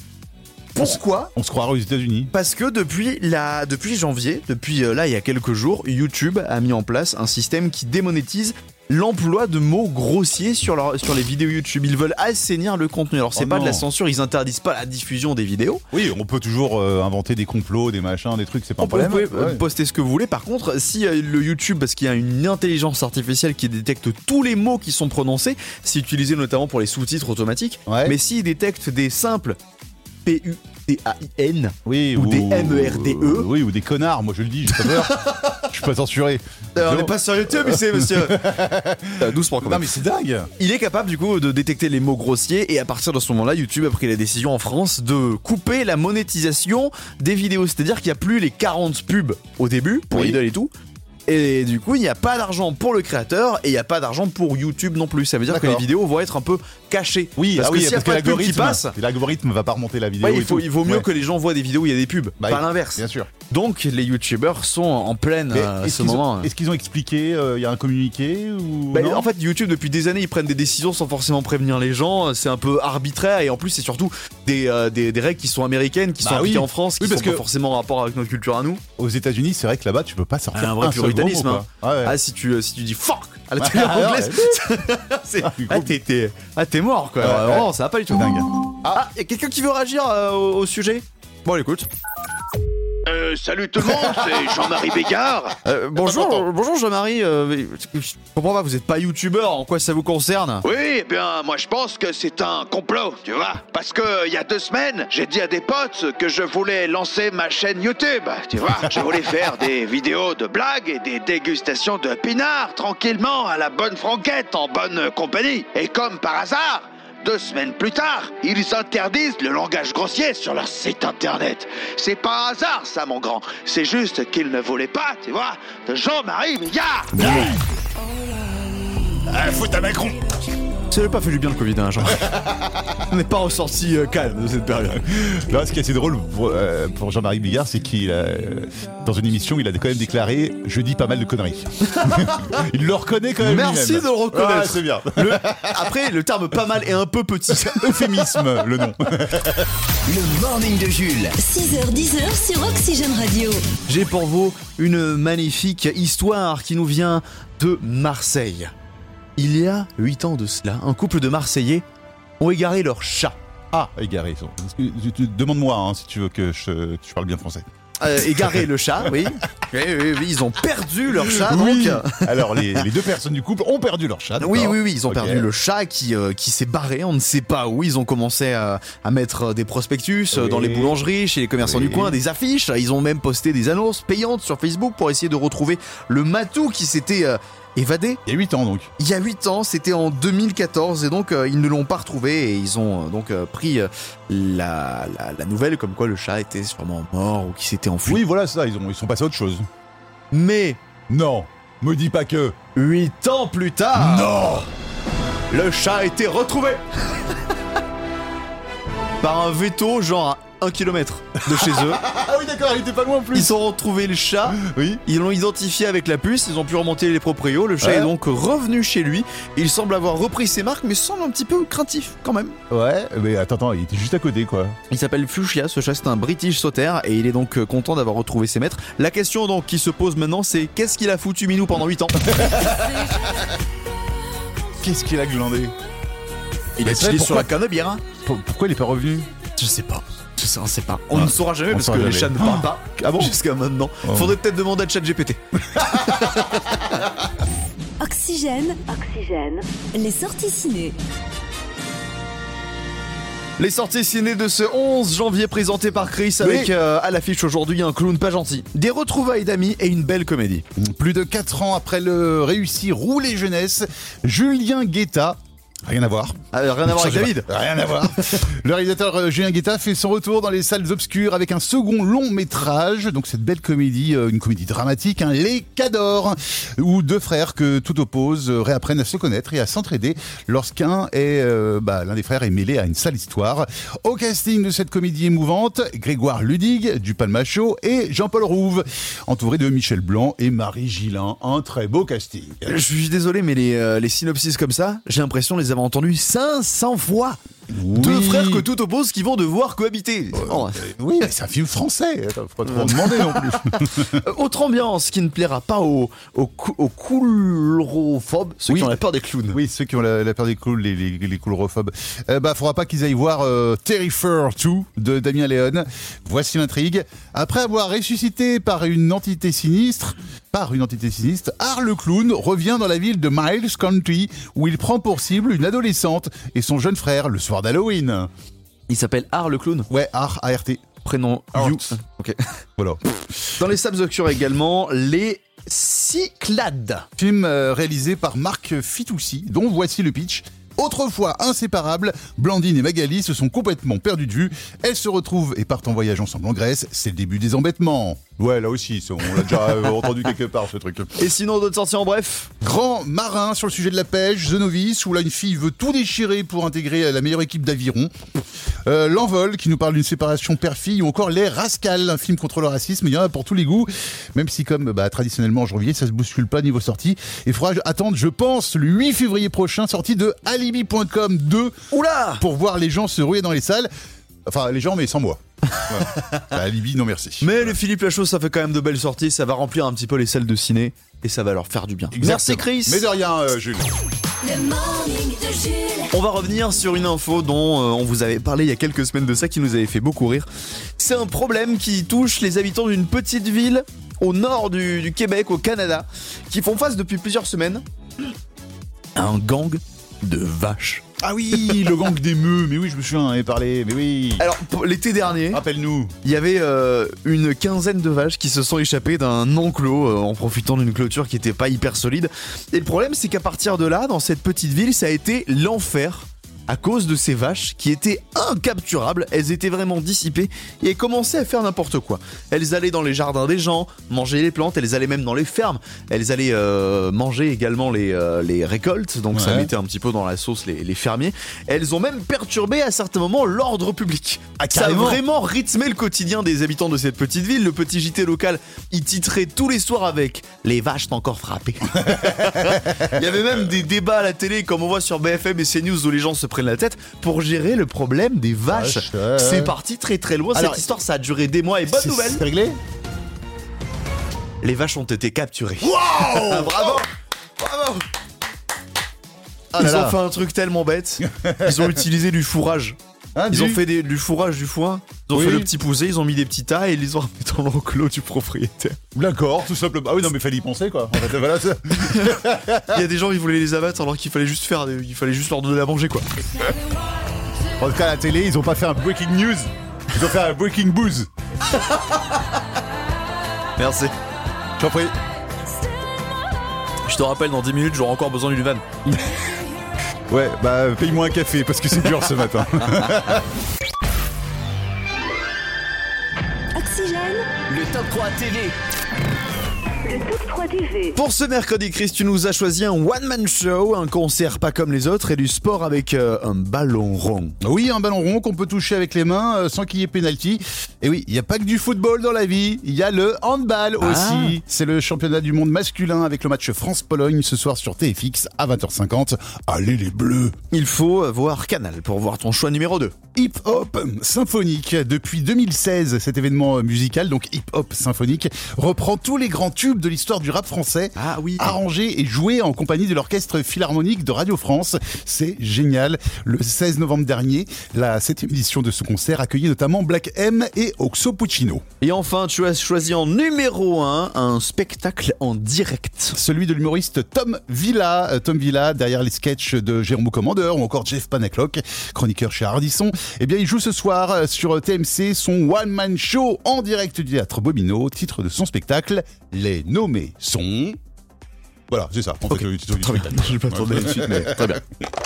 [SPEAKER 1] Pourquoi
[SPEAKER 2] On se croirait aux États-Unis.
[SPEAKER 1] Parce que depuis, la, depuis janvier, depuis euh, là il y a quelques jours, YouTube a mis en place un système qui démonétise l'emploi de mots grossiers sur, leur, sur les vidéos YouTube. Ils veulent assainir le contenu. Alors c'est
[SPEAKER 2] Oh
[SPEAKER 1] pas de la
[SPEAKER 2] non.
[SPEAKER 1] censure, ils interdisent pas la diffusion des vidéos.
[SPEAKER 2] Oui, on peut toujours euh, inventer des complots, des machins, des trucs, c'est pas un
[SPEAKER 1] Vous
[SPEAKER 2] problème.
[SPEAKER 1] pouvez euh,
[SPEAKER 2] Ouais.
[SPEAKER 1] poster ce que vous voulez. Par contre, si euh, le YouTube, parce qu'il y a une intelligence artificielle qui détecte tous les mots qui sont prononcés, c'est utilisé notamment pour les sous-titres automatiques,
[SPEAKER 2] Ouais.
[SPEAKER 1] mais s'il détecte des simples P-U-T-A-I-N,
[SPEAKER 2] oui, euh,
[SPEAKER 1] ou des E MERDE.
[SPEAKER 2] Oui, ou des connards, moi je le dis, j'ai pas peur. je suis pas censuré.
[SPEAKER 1] Euh, on
[SPEAKER 2] Non.
[SPEAKER 1] n'est pas sur YouTube, ici, monsieur. Euh, Doucement quand
[SPEAKER 2] Non
[SPEAKER 1] même.
[SPEAKER 2] mais c'est dingue
[SPEAKER 1] Il est capable du coup de détecter les mots grossiers et à partir de ce moment-là, YouTube a pris la décision en France de couper la monétisation des vidéos. C'est-à-dire qu'il n'y a plus les 40 pubs au début pour
[SPEAKER 2] Oui.
[SPEAKER 1] Lidl et tout. Et du coup, il n'y a pas d'argent pour le créateur et il n'y a pas d'argent pour YouTube non plus. Ça veut dire que les vidéos vont être un peu cachées.
[SPEAKER 2] Oui,
[SPEAKER 1] parce
[SPEAKER 2] ah
[SPEAKER 1] que
[SPEAKER 2] oui,
[SPEAKER 1] s'il y a
[SPEAKER 2] parce que
[SPEAKER 1] pas de pub qui
[SPEAKER 2] l'algorithme,
[SPEAKER 1] passe,
[SPEAKER 2] l'algorithme va pas remonter la vidéo.
[SPEAKER 1] ouais, il,
[SPEAKER 2] et
[SPEAKER 1] faut,
[SPEAKER 2] tout.
[SPEAKER 1] il vaut mieux
[SPEAKER 2] Ouais.
[SPEAKER 1] que les gens voient des vidéos où il y a des pubs,
[SPEAKER 2] Bah,
[SPEAKER 1] pas
[SPEAKER 2] oui,
[SPEAKER 1] l'inverse.
[SPEAKER 2] Bien sûr.
[SPEAKER 1] Donc les youtubeurs sont en pleine
[SPEAKER 2] Mais
[SPEAKER 1] euh, à
[SPEAKER 2] est-ce
[SPEAKER 1] ce
[SPEAKER 2] qu'ils ont-
[SPEAKER 1] moment.
[SPEAKER 2] Est-ce qu'ils ont expliqué euh, Il y a un communiqué ou
[SPEAKER 1] Bah,
[SPEAKER 2] non
[SPEAKER 1] en fait, YouTube, depuis des années, ils prennent des décisions sans forcément prévenir les gens. C'est un peu arbitraire et en plus, c'est surtout des, euh, des, des règles qui sont américaines, qui
[SPEAKER 2] Bah
[SPEAKER 1] sont appliquées
[SPEAKER 2] oui.
[SPEAKER 1] en France, qui
[SPEAKER 2] Oui,
[SPEAKER 1] sont
[SPEAKER 2] parce
[SPEAKER 1] pas
[SPEAKER 2] que-
[SPEAKER 1] forcément en rapport avec notre culture à nous.
[SPEAKER 2] Aux États-Unis, c'est vrai que là-bas, tu peux pas sortir
[SPEAKER 1] Ah, un vrai
[SPEAKER 2] seul gros
[SPEAKER 1] puritanisme.
[SPEAKER 2] mot,
[SPEAKER 1] hein.
[SPEAKER 2] quoi. Ouais, ouais.
[SPEAKER 1] Ah, si tu, si tu dis fuck à la
[SPEAKER 2] Ouais, Ah,
[SPEAKER 1] télé
[SPEAKER 2] ouais,
[SPEAKER 1] anglaise, c'est- ah, t'es- t'es ah, t'es mort quoi.
[SPEAKER 2] Ouais, ouais.
[SPEAKER 1] Vraiment, ça va pas du tout.
[SPEAKER 2] Dingue.
[SPEAKER 1] Ah, y a quelqu'un qui veut réagir euh, au, au sujet Bon, écoute.
[SPEAKER 12] Euh, salut tout le monde, c'est Jean-Marie Bégard.
[SPEAKER 1] Euh, bonjour, bonjour Jean-Marie. euh, je comprends pas, vous êtes pas youtubeur, en quoi ça vous concerne
[SPEAKER 12] Oui, eh bien, moi je pense que c'est un complot, tu vois. Parce que euh, il y a deux semaines, j'ai dit à des potes que je voulais lancer ma chaîne YouTube, tu vois. Je voulais faire des vidéos de blagues et des dégustations de pinards tranquillement à la bonne franquette, en bonne compagnie. Et comme par hasard, deux semaines plus tard, ils interdisent le langage grossier sur leur site internet. C'est pas un hasard, ça, mon grand. C'est juste qu'ils ne voulaient pas, tu vois, de Jean-Marie Bigard.
[SPEAKER 2] Ah, fout à Macron
[SPEAKER 1] Ça n'a pas fait du bien le Covid, hein, Jean. On n'est pas ressorti euh, calme de cette période.
[SPEAKER 2] Là, ce qui est assez drôle pour, euh, pour Jean-Marie Bigard, c'est qu'il, a, euh, dans une émission, il a quand même déclaré Je dis pas mal de conneries. il le reconnaît quand même.
[SPEAKER 1] Merci
[SPEAKER 2] lui-même.
[SPEAKER 1] de le reconnaître.
[SPEAKER 2] Ouais, c'est bien.
[SPEAKER 1] Le- Après, le terme pas mal est un peu petit.
[SPEAKER 2] Euphémisme, le nom.
[SPEAKER 8] Le morning de Jules.
[SPEAKER 4] 6h10 sur Oxygène Radio.
[SPEAKER 1] J'ai pour vous une magnifique histoire qui nous vient de Marseille. Il y a 8 ans de cela, un couple de Marseillais ont égaré leur chat.
[SPEAKER 2] Ah, égaré. son- tu- tu- Demande-moi hein, si tu veux que je, tu parles bien français.
[SPEAKER 1] Euh, égaré le chat, oui. Oui, oui, oui, Ils ont perdu leur chat,
[SPEAKER 2] Oui.
[SPEAKER 1] donc. euh,
[SPEAKER 2] Alors, les, les deux personnes du couple ont perdu leur chat.
[SPEAKER 1] Oui,
[SPEAKER 2] d'accord
[SPEAKER 1] oui, oui, ils ont
[SPEAKER 2] Ok.
[SPEAKER 1] perdu le chat qui, euh, qui s'est barré, on ne sait pas où. Ils ont commencé à, à mettre euh, des prospectus euh, dans
[SPEAKER 2] Oui.
[SPEAKER 1] les boulangeries, chez les commerçants
[SPEAKER 2] Oui.
[SPEAKER 1] du coin, des affiches. Ils ont même posté des annonces payantes sur Facebook pour essayer de retrouver le matou qui s'était euh, évadé.
[SPEAKER 2] Il y a 8 ans donc.
[SPEAKER 1] Il y a 8 ans, c'était en 2014, et donc euh, ils ne l'ont pas retrouvé, et ils ont euh, donc euh, pris euh, la, la- la nouvelle comme quoi le chat était sûrement mort ou qu'il s'était enfui.
[SPEAKER 2] Oui, voilà, c'est ça, ils, ont, ils sont passés à autre chose.
[SPEAKER 1] Mais
[SPEAKER 2] Non, me dis pas que.
[SPEAKER 1] 8 ans plus tard,
[SPEAKER 2] Non
[SPEAKER 1] Le chat a été retrouvé Par un veto, genre à 1 km de chez eux.
[SPEAKER 2] Ah oui, d'accord, il était pas loin en plus.
[SPEAKER 1] Ils ont retrouvé le chat,
[SPEAKER 2] Oui.
[SPEAKER 1] ils l'ont identifié avec la puce, ils ont pu remonter les proprios. Le chat
[SPEAKER 2] Ouais.
[SPEAKER 1] est donc revenu chez lui. Il semble avoir repris ses marques, mais semble un petit peu craintif quand même.
[SPEAKER 2] Ouais, mais attends, attends, il était juste à côté quoi.
[SPEAKER 1] Il s'appelle Fuchsia, ce chat c'est un British Sauter et il est donc euh, content d'avoir retrouvé ses maîtres. La question donc qui se pose maintenant c'est qu'est-ce qu'il a foutu Minou pendant 8 ans
[SPEAKER 2] Qu'est-ce qu'il a glandé
[SPEAKER 1] Il
[SPEAKER 2] Mais
[SPEAKER 1] a
[SPEAKER 2] c'est vrai,
[SPEAKER 1] chillé sur
[SPEAKER 2] pourquoi-
[SPEAKER 1] la canebière hein
[SPEAKER 2] Pour- Pourquoi il est pas revenu
[SPEAKER 1] Je sais pas. Je sais, on sait pas. On
[SPEAKER 2] Ah,
[SPEAKER 1] ne saura jamais
[SPEAKER 2] on
[SPEAKER 1] parce que
[SPEAKER 2] saura
[SPEAKER 1] les
[SPEAKER 2] jamais.
[SPEAKER 1] chats ne parlent pas.
[SPEAKER 2] Ah bon
[SPEAKER 1] Jusqu'à maintenant.
[SPEAKER 2] Oh.
[SPEAKER 1] Faudrait peut-être demander à ChatGPT.
[SPEAKER 4] Oxygène. Oxygène. Les sorties ciné.
[SPEAKER 1] Les sorties ciné de ce 11 janvier présentées par Chris avec euh, à l'affiche aujourd'hui un clown pas gentil, des retrouvailles d'amis et une belle comédie.
[SPEAKER 2] Plus de 4 ans après le réussi Rouler Jeunesse, Julien Guetta. Rien à voir.
[SPEAKER 1] Euh, rien à voir avec David.
[SPEAKER 2] Rien à voir. le réalisateur euh, Julien Guetta fait son retour dans les salles obscures avec un second long métrage. Donc cette belle comédie, euh, une comédie dramatique, hein, Les Cadors, où deux frères que tout oppose euh, réapprennent à se connaître et à s'entraider lorsqu'un est euh, bah, l'un des frères est mêlé à une sale histoire. Au casting de cette comédie émouvante, Grégoire Ludig du Palmachot et Jean-Paul Rouve, entouré de Michel Blanc et Marie Gillin. Un très beau casting.
[SPEAKER 1] Je suis désolé mais les, euh, les synopsis comme ça, j'ai l'impression de les avoir entendus 500 fois. Deux
[SPEAKER 2] Oui.
[SPEAKER 1] frères que tout oppose qui vont devoir cohabiter. Oh.
[SPEAKER 2] Oui, mais c'est un film français. Attends, faut pas trop en demander non plus.
[SPEAKER 1] Euh, Autre ambiance qui ne plaira pas aux, aux, cou- aux coulrophobes, ceux
[SPEAKER 2] Oui.
[SPEAKER 1] qui ont la peur des clowns.
[SPEAKER 2] Oui, ceux qui ont la, la peur des clowns, les, les, les coulrophobes. Euh, bah, faudra pas qu'ils aillent voir euh, Terrifier 2 de Damien Léon. Voici l'intrigue. Après avoir ressuscité par une entité sinistre, par une entité sinistre, Art le clown revient dans la ville de Miles County où il prend pour cible une adolescente et son jeune frère le soir d'Halloween.
[SPEAKER 1] Il s'appelle Ar le clown.
[SPEAKER 2] Ouais, Art, ART.
[SPEAKER 1] prénom
[SPEAKER 2] Art.
[SPEAKER 1] You. Ok.
[SPEAKER 2] Voilà.
[SPEAKER 1] Dans les salles obscures également, les Cyclades.
[SPEAKER 2] Film euh, réalisé par Marc Fitoussi, dont voici le pitch. autrefois inséparables, Blandine et Magali se sont complètement perdues de vue. Elles se retrouvent et partent en voyage ensemble en Grèce. C'est le début des embêtements. Ouais, là aussi, ça, on l'a déjà euh, entendu quelque part ce truc.
[SPEAKER 1] Et sinon, d'autres sorties en bref
[SPEAKER 2] Grand marin sur le sujet de la pêche, The Novice, où là une fille veut tout déchirer pour intégrer la meilleure équipe d'aviron. Euh, L'envol, qui nous parle d'une séparation père-fille, ou encore Les Rascals, un film contre le racisme, il y en a pour tous les goûts. Même si, comme bah, traditionnellement en janvier, ça se bouscule pas niveau sortie. Il faudra attendre, je pense, le 8 février prochain, sortie de Alibi.com 2.
[SPEAKER 1] Oula
[SPEAKER 2] Pour voir les gens se ruer dans les salles. Enfin, les gens, mais sans moi. Ouais. Bah, Alibi, non merci.
[SPEAKER 1] Mais le Philippe Lachaud, ça fait quand même de belles sorties, ça va remplir un petit peu les salles de ciné et ça va leur faire du bien. Merci
[SPEAKER 2] Exactement.
[SPEAKER 1] Chris
[SPEAKER 2] Mais de rien, euh, Jules.
[SPEAKER 4] Le morning de Jules.
[SPEAKER 1] On va revenir sur une info dont euh, on vous avait parlé il y a quelques semaines de ça qui nous avait fait beaucoup rire. C'est un problème qui touche les habitants d'une petite ville au nord du, du Québec, au Canada, qui font face depuis plusieurs semaines à un gang de vaches.
[SPEAKER 2] Ah oui, le gang des meux, mais oui, je me souviens, on en avait parlé, mais oui.
[SPEAKER 1] Alors, pour- l'été dernier,
[SPEAKER 2] Rappelle-nous.
[SPEAKER 1] il y avait euh, une quinzaine de vaches qui se sont échappées d'un enclos euh, en profitant d'une clôture qui n'était pas hyper solide. Et le problème, c'est qu'à partir de là, dans cette petite ville, ça a été l'enfer à cause de ces vaches qui étaient incapturables, elles étaient vraiment dissipées et elles commençaient à faire n'importe quoi. Elles allaient dans les jardins des gens, manger les plantes, elles allaient même dans les fermes, elles allaient euh, manger également les, euh, les récoltes, donc ça
[SPEAKER 2] Ouais.
[SPEAKER 1] mettait un petit peu dans la sauce les, les fermiers. Elles ont même perturbé à certains moments l'ordre public. ça a
[SPEAKER 2] Ah, carrément.
[SPEAKER 1] vraiment rythmé le quotidien des habitants de cette petite ville. Le petit JT local y titrait tous les soirs avec Les vaches t'ont encore frappé. Il y avait même des débats à la télé, comme on voit sur BFM et CNews, où les gens se prennent la tête pour gérer le problème des vaches.
[SPEAKER 2] Vaches, ouais.
[SPEAKER 1] C'est parti très très loin.
[SPEAKER 2] Alors,
[SPEAKER 1] Cette histoire, ça a duré des mois. Et bonne
[SPEAKER 2] C'est-
[SPEAKER 1] nouvelle,
[SPEAKER 2] C'est réglé
[SPEAKER 1] les vaches ont été capturées. Ah,
[SPEAKER 2] Waouh
[SPEAKER 1] Bravo Oh Ah Bravo Ils
[SPEAKER 2] là là.
[SPEAKER 1] ont fait un truc tellement bête. Ils ont utilisé du fourrage.
[SPEAKER 2] Hein,
[SPEAKER 1] Ils ont
[SPEAKER 2] dis-
[SPEAKER 1] fait des- du fourrage, du foin. Ils ont
[SPEAKER 2] Oui.
[SPEAKER 1] fait le petit poussé, ils ont mis des petits tas et ils les ont remis dans l'enclos du propriétaire.
[SPEAKER 2] D'accord, tout simplement. Ah oui, non, mais fallait y penser, quoi. En fait, voilà, c'est-
[SPEAKER 1] Il y a des gens qui voulaient les abattre alors qu'il fallait juste faire, des- il fallait juste leur donner à manger quoi.
[SPEAKER 2] En tout cas, à la télé, ils ont pas fait un breaking news. Ils ont fait un breaking booze.
[SPEAKER 1] Merci.
[SPEAKER 2] Je t'en prie.
[SPEAKER 1] Je te rappelle, dans 10 minutes, j'aurai encore besoin d'une vanne.
[SPEAKER 2] Ouais, bah, paye-moi un café parce que c'est dur ce matin.
[SPEAKER 4] Oxygène.
[SPEAKER 8] Le top 3 TV.
[SPEAKER 1] Pour ce mercredi, Chris, tu nous as choisi un one-man show, un concert pas comme les autres et du sport avec euh, un ballon rond.
[SPEAKER 2] Oui, un ballon rond qu'on peut toucher avec les mains euh, sans qu'il y ait pénalty. Et oui, il n'y a pas que du football dans la vie, il y a le handball aussi. C'est le championnat du monde masculin avec le match France-Pologne ce soir sur TFX à 20h50. Allez les bleus
[SPEAKER 1] Il faut voir Canal pour voir ton choix numéro 2.
[SPEAKER 2] Hip-hop symphonique. Depuis 2016, cet événement musical, donc hip-hop symphonique, reprend tous les grands tubes de l'histoire du rap français,
[SPEAKER 1] Ah oui.
[SPEAKER 2] arrangés et joués en compagnie de l'Orchestre Philharmonique de Radio France. C'est génial. Le 16 novembre dernier, la septième édition de ce concert accueillait notamment Black M et Oxo Puccino.
[SPEAKER 1] Et enfin, tu as choisi en numéro 1 un spectacle en direct.
[SPEAKER 2] Celui de l'humoriste Tom Villa. Euh, Tom Villa, derrière les sketchs de Jérôme Commandeur ou encore Jeff Panaclock, chroniqueur chez Hardisson. Eh bien, il joue ce soir euh, sur TMC son one-man show en direct du théâtre Bobino, titre de son spectacle. Les nommés sont... Voilà, c'est ça. En fait, le titre du spectacle.
[SPEAKER 1] Je vais pas tourner la suite, mais très bien.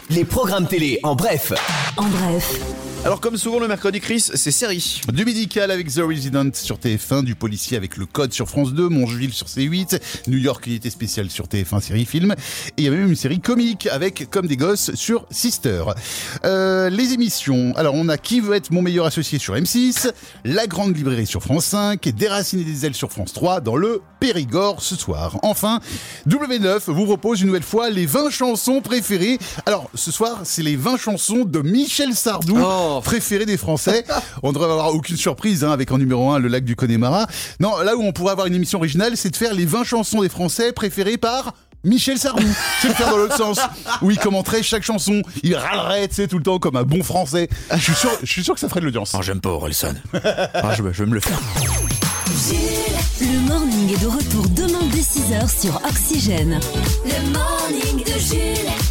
[SPEAKER 8] Les programmes télé en bref.
[SPEAKER 4] En bref,
[SPEAKER 1] Alors, comme souvent le mercredi, Chris, c'est série.
[SPEAKER 2] Du médical avec The Resident sur TF1, du policier avec Le Code sur France 2, Mongeville sur C8, New York Unité Spéciale sur TF1 Série Film, et il y a même une série comique avec Comme des Gosses sur Sister. Euh, les émissions, alors on a Qui veut être mon meilleur associé sur M6, La Grande Librairie sur France 5, et Déraciner des ailes sur France 3 dans le Périgord ce soir. Enfin, W9 vous propose une nouvelle fois les 20 chansons préférées. Alors ce soir, c'est les 20 chansons de Michel Sardou
[SPEAKER 1] Oh.
[SPEAKER 2] préféré des Français. On ne devrait avoir aucune surprise hein, avec en numéro 1 le lac du Connemara. Non, là où on pourrait avoir une émission originale, c'est de faire les 20 chansons des Français préférées par Michel Sardou. C'est le faire dans l'autre sens, où il commenterait chaque chanson. Il râlerait, tu sais, tout le temps comme un bon Français. Je suis sûr, je suis sûr que ça ferait de l'audience.
[SPEAKER 1] Oh, j'aime pas Orelson. Ah, je, vais- je vais me le faire.
[SPEAKER 4] Jules. Le morning est de retour demain dès 6h sur Oxygène. Le morning de Jules.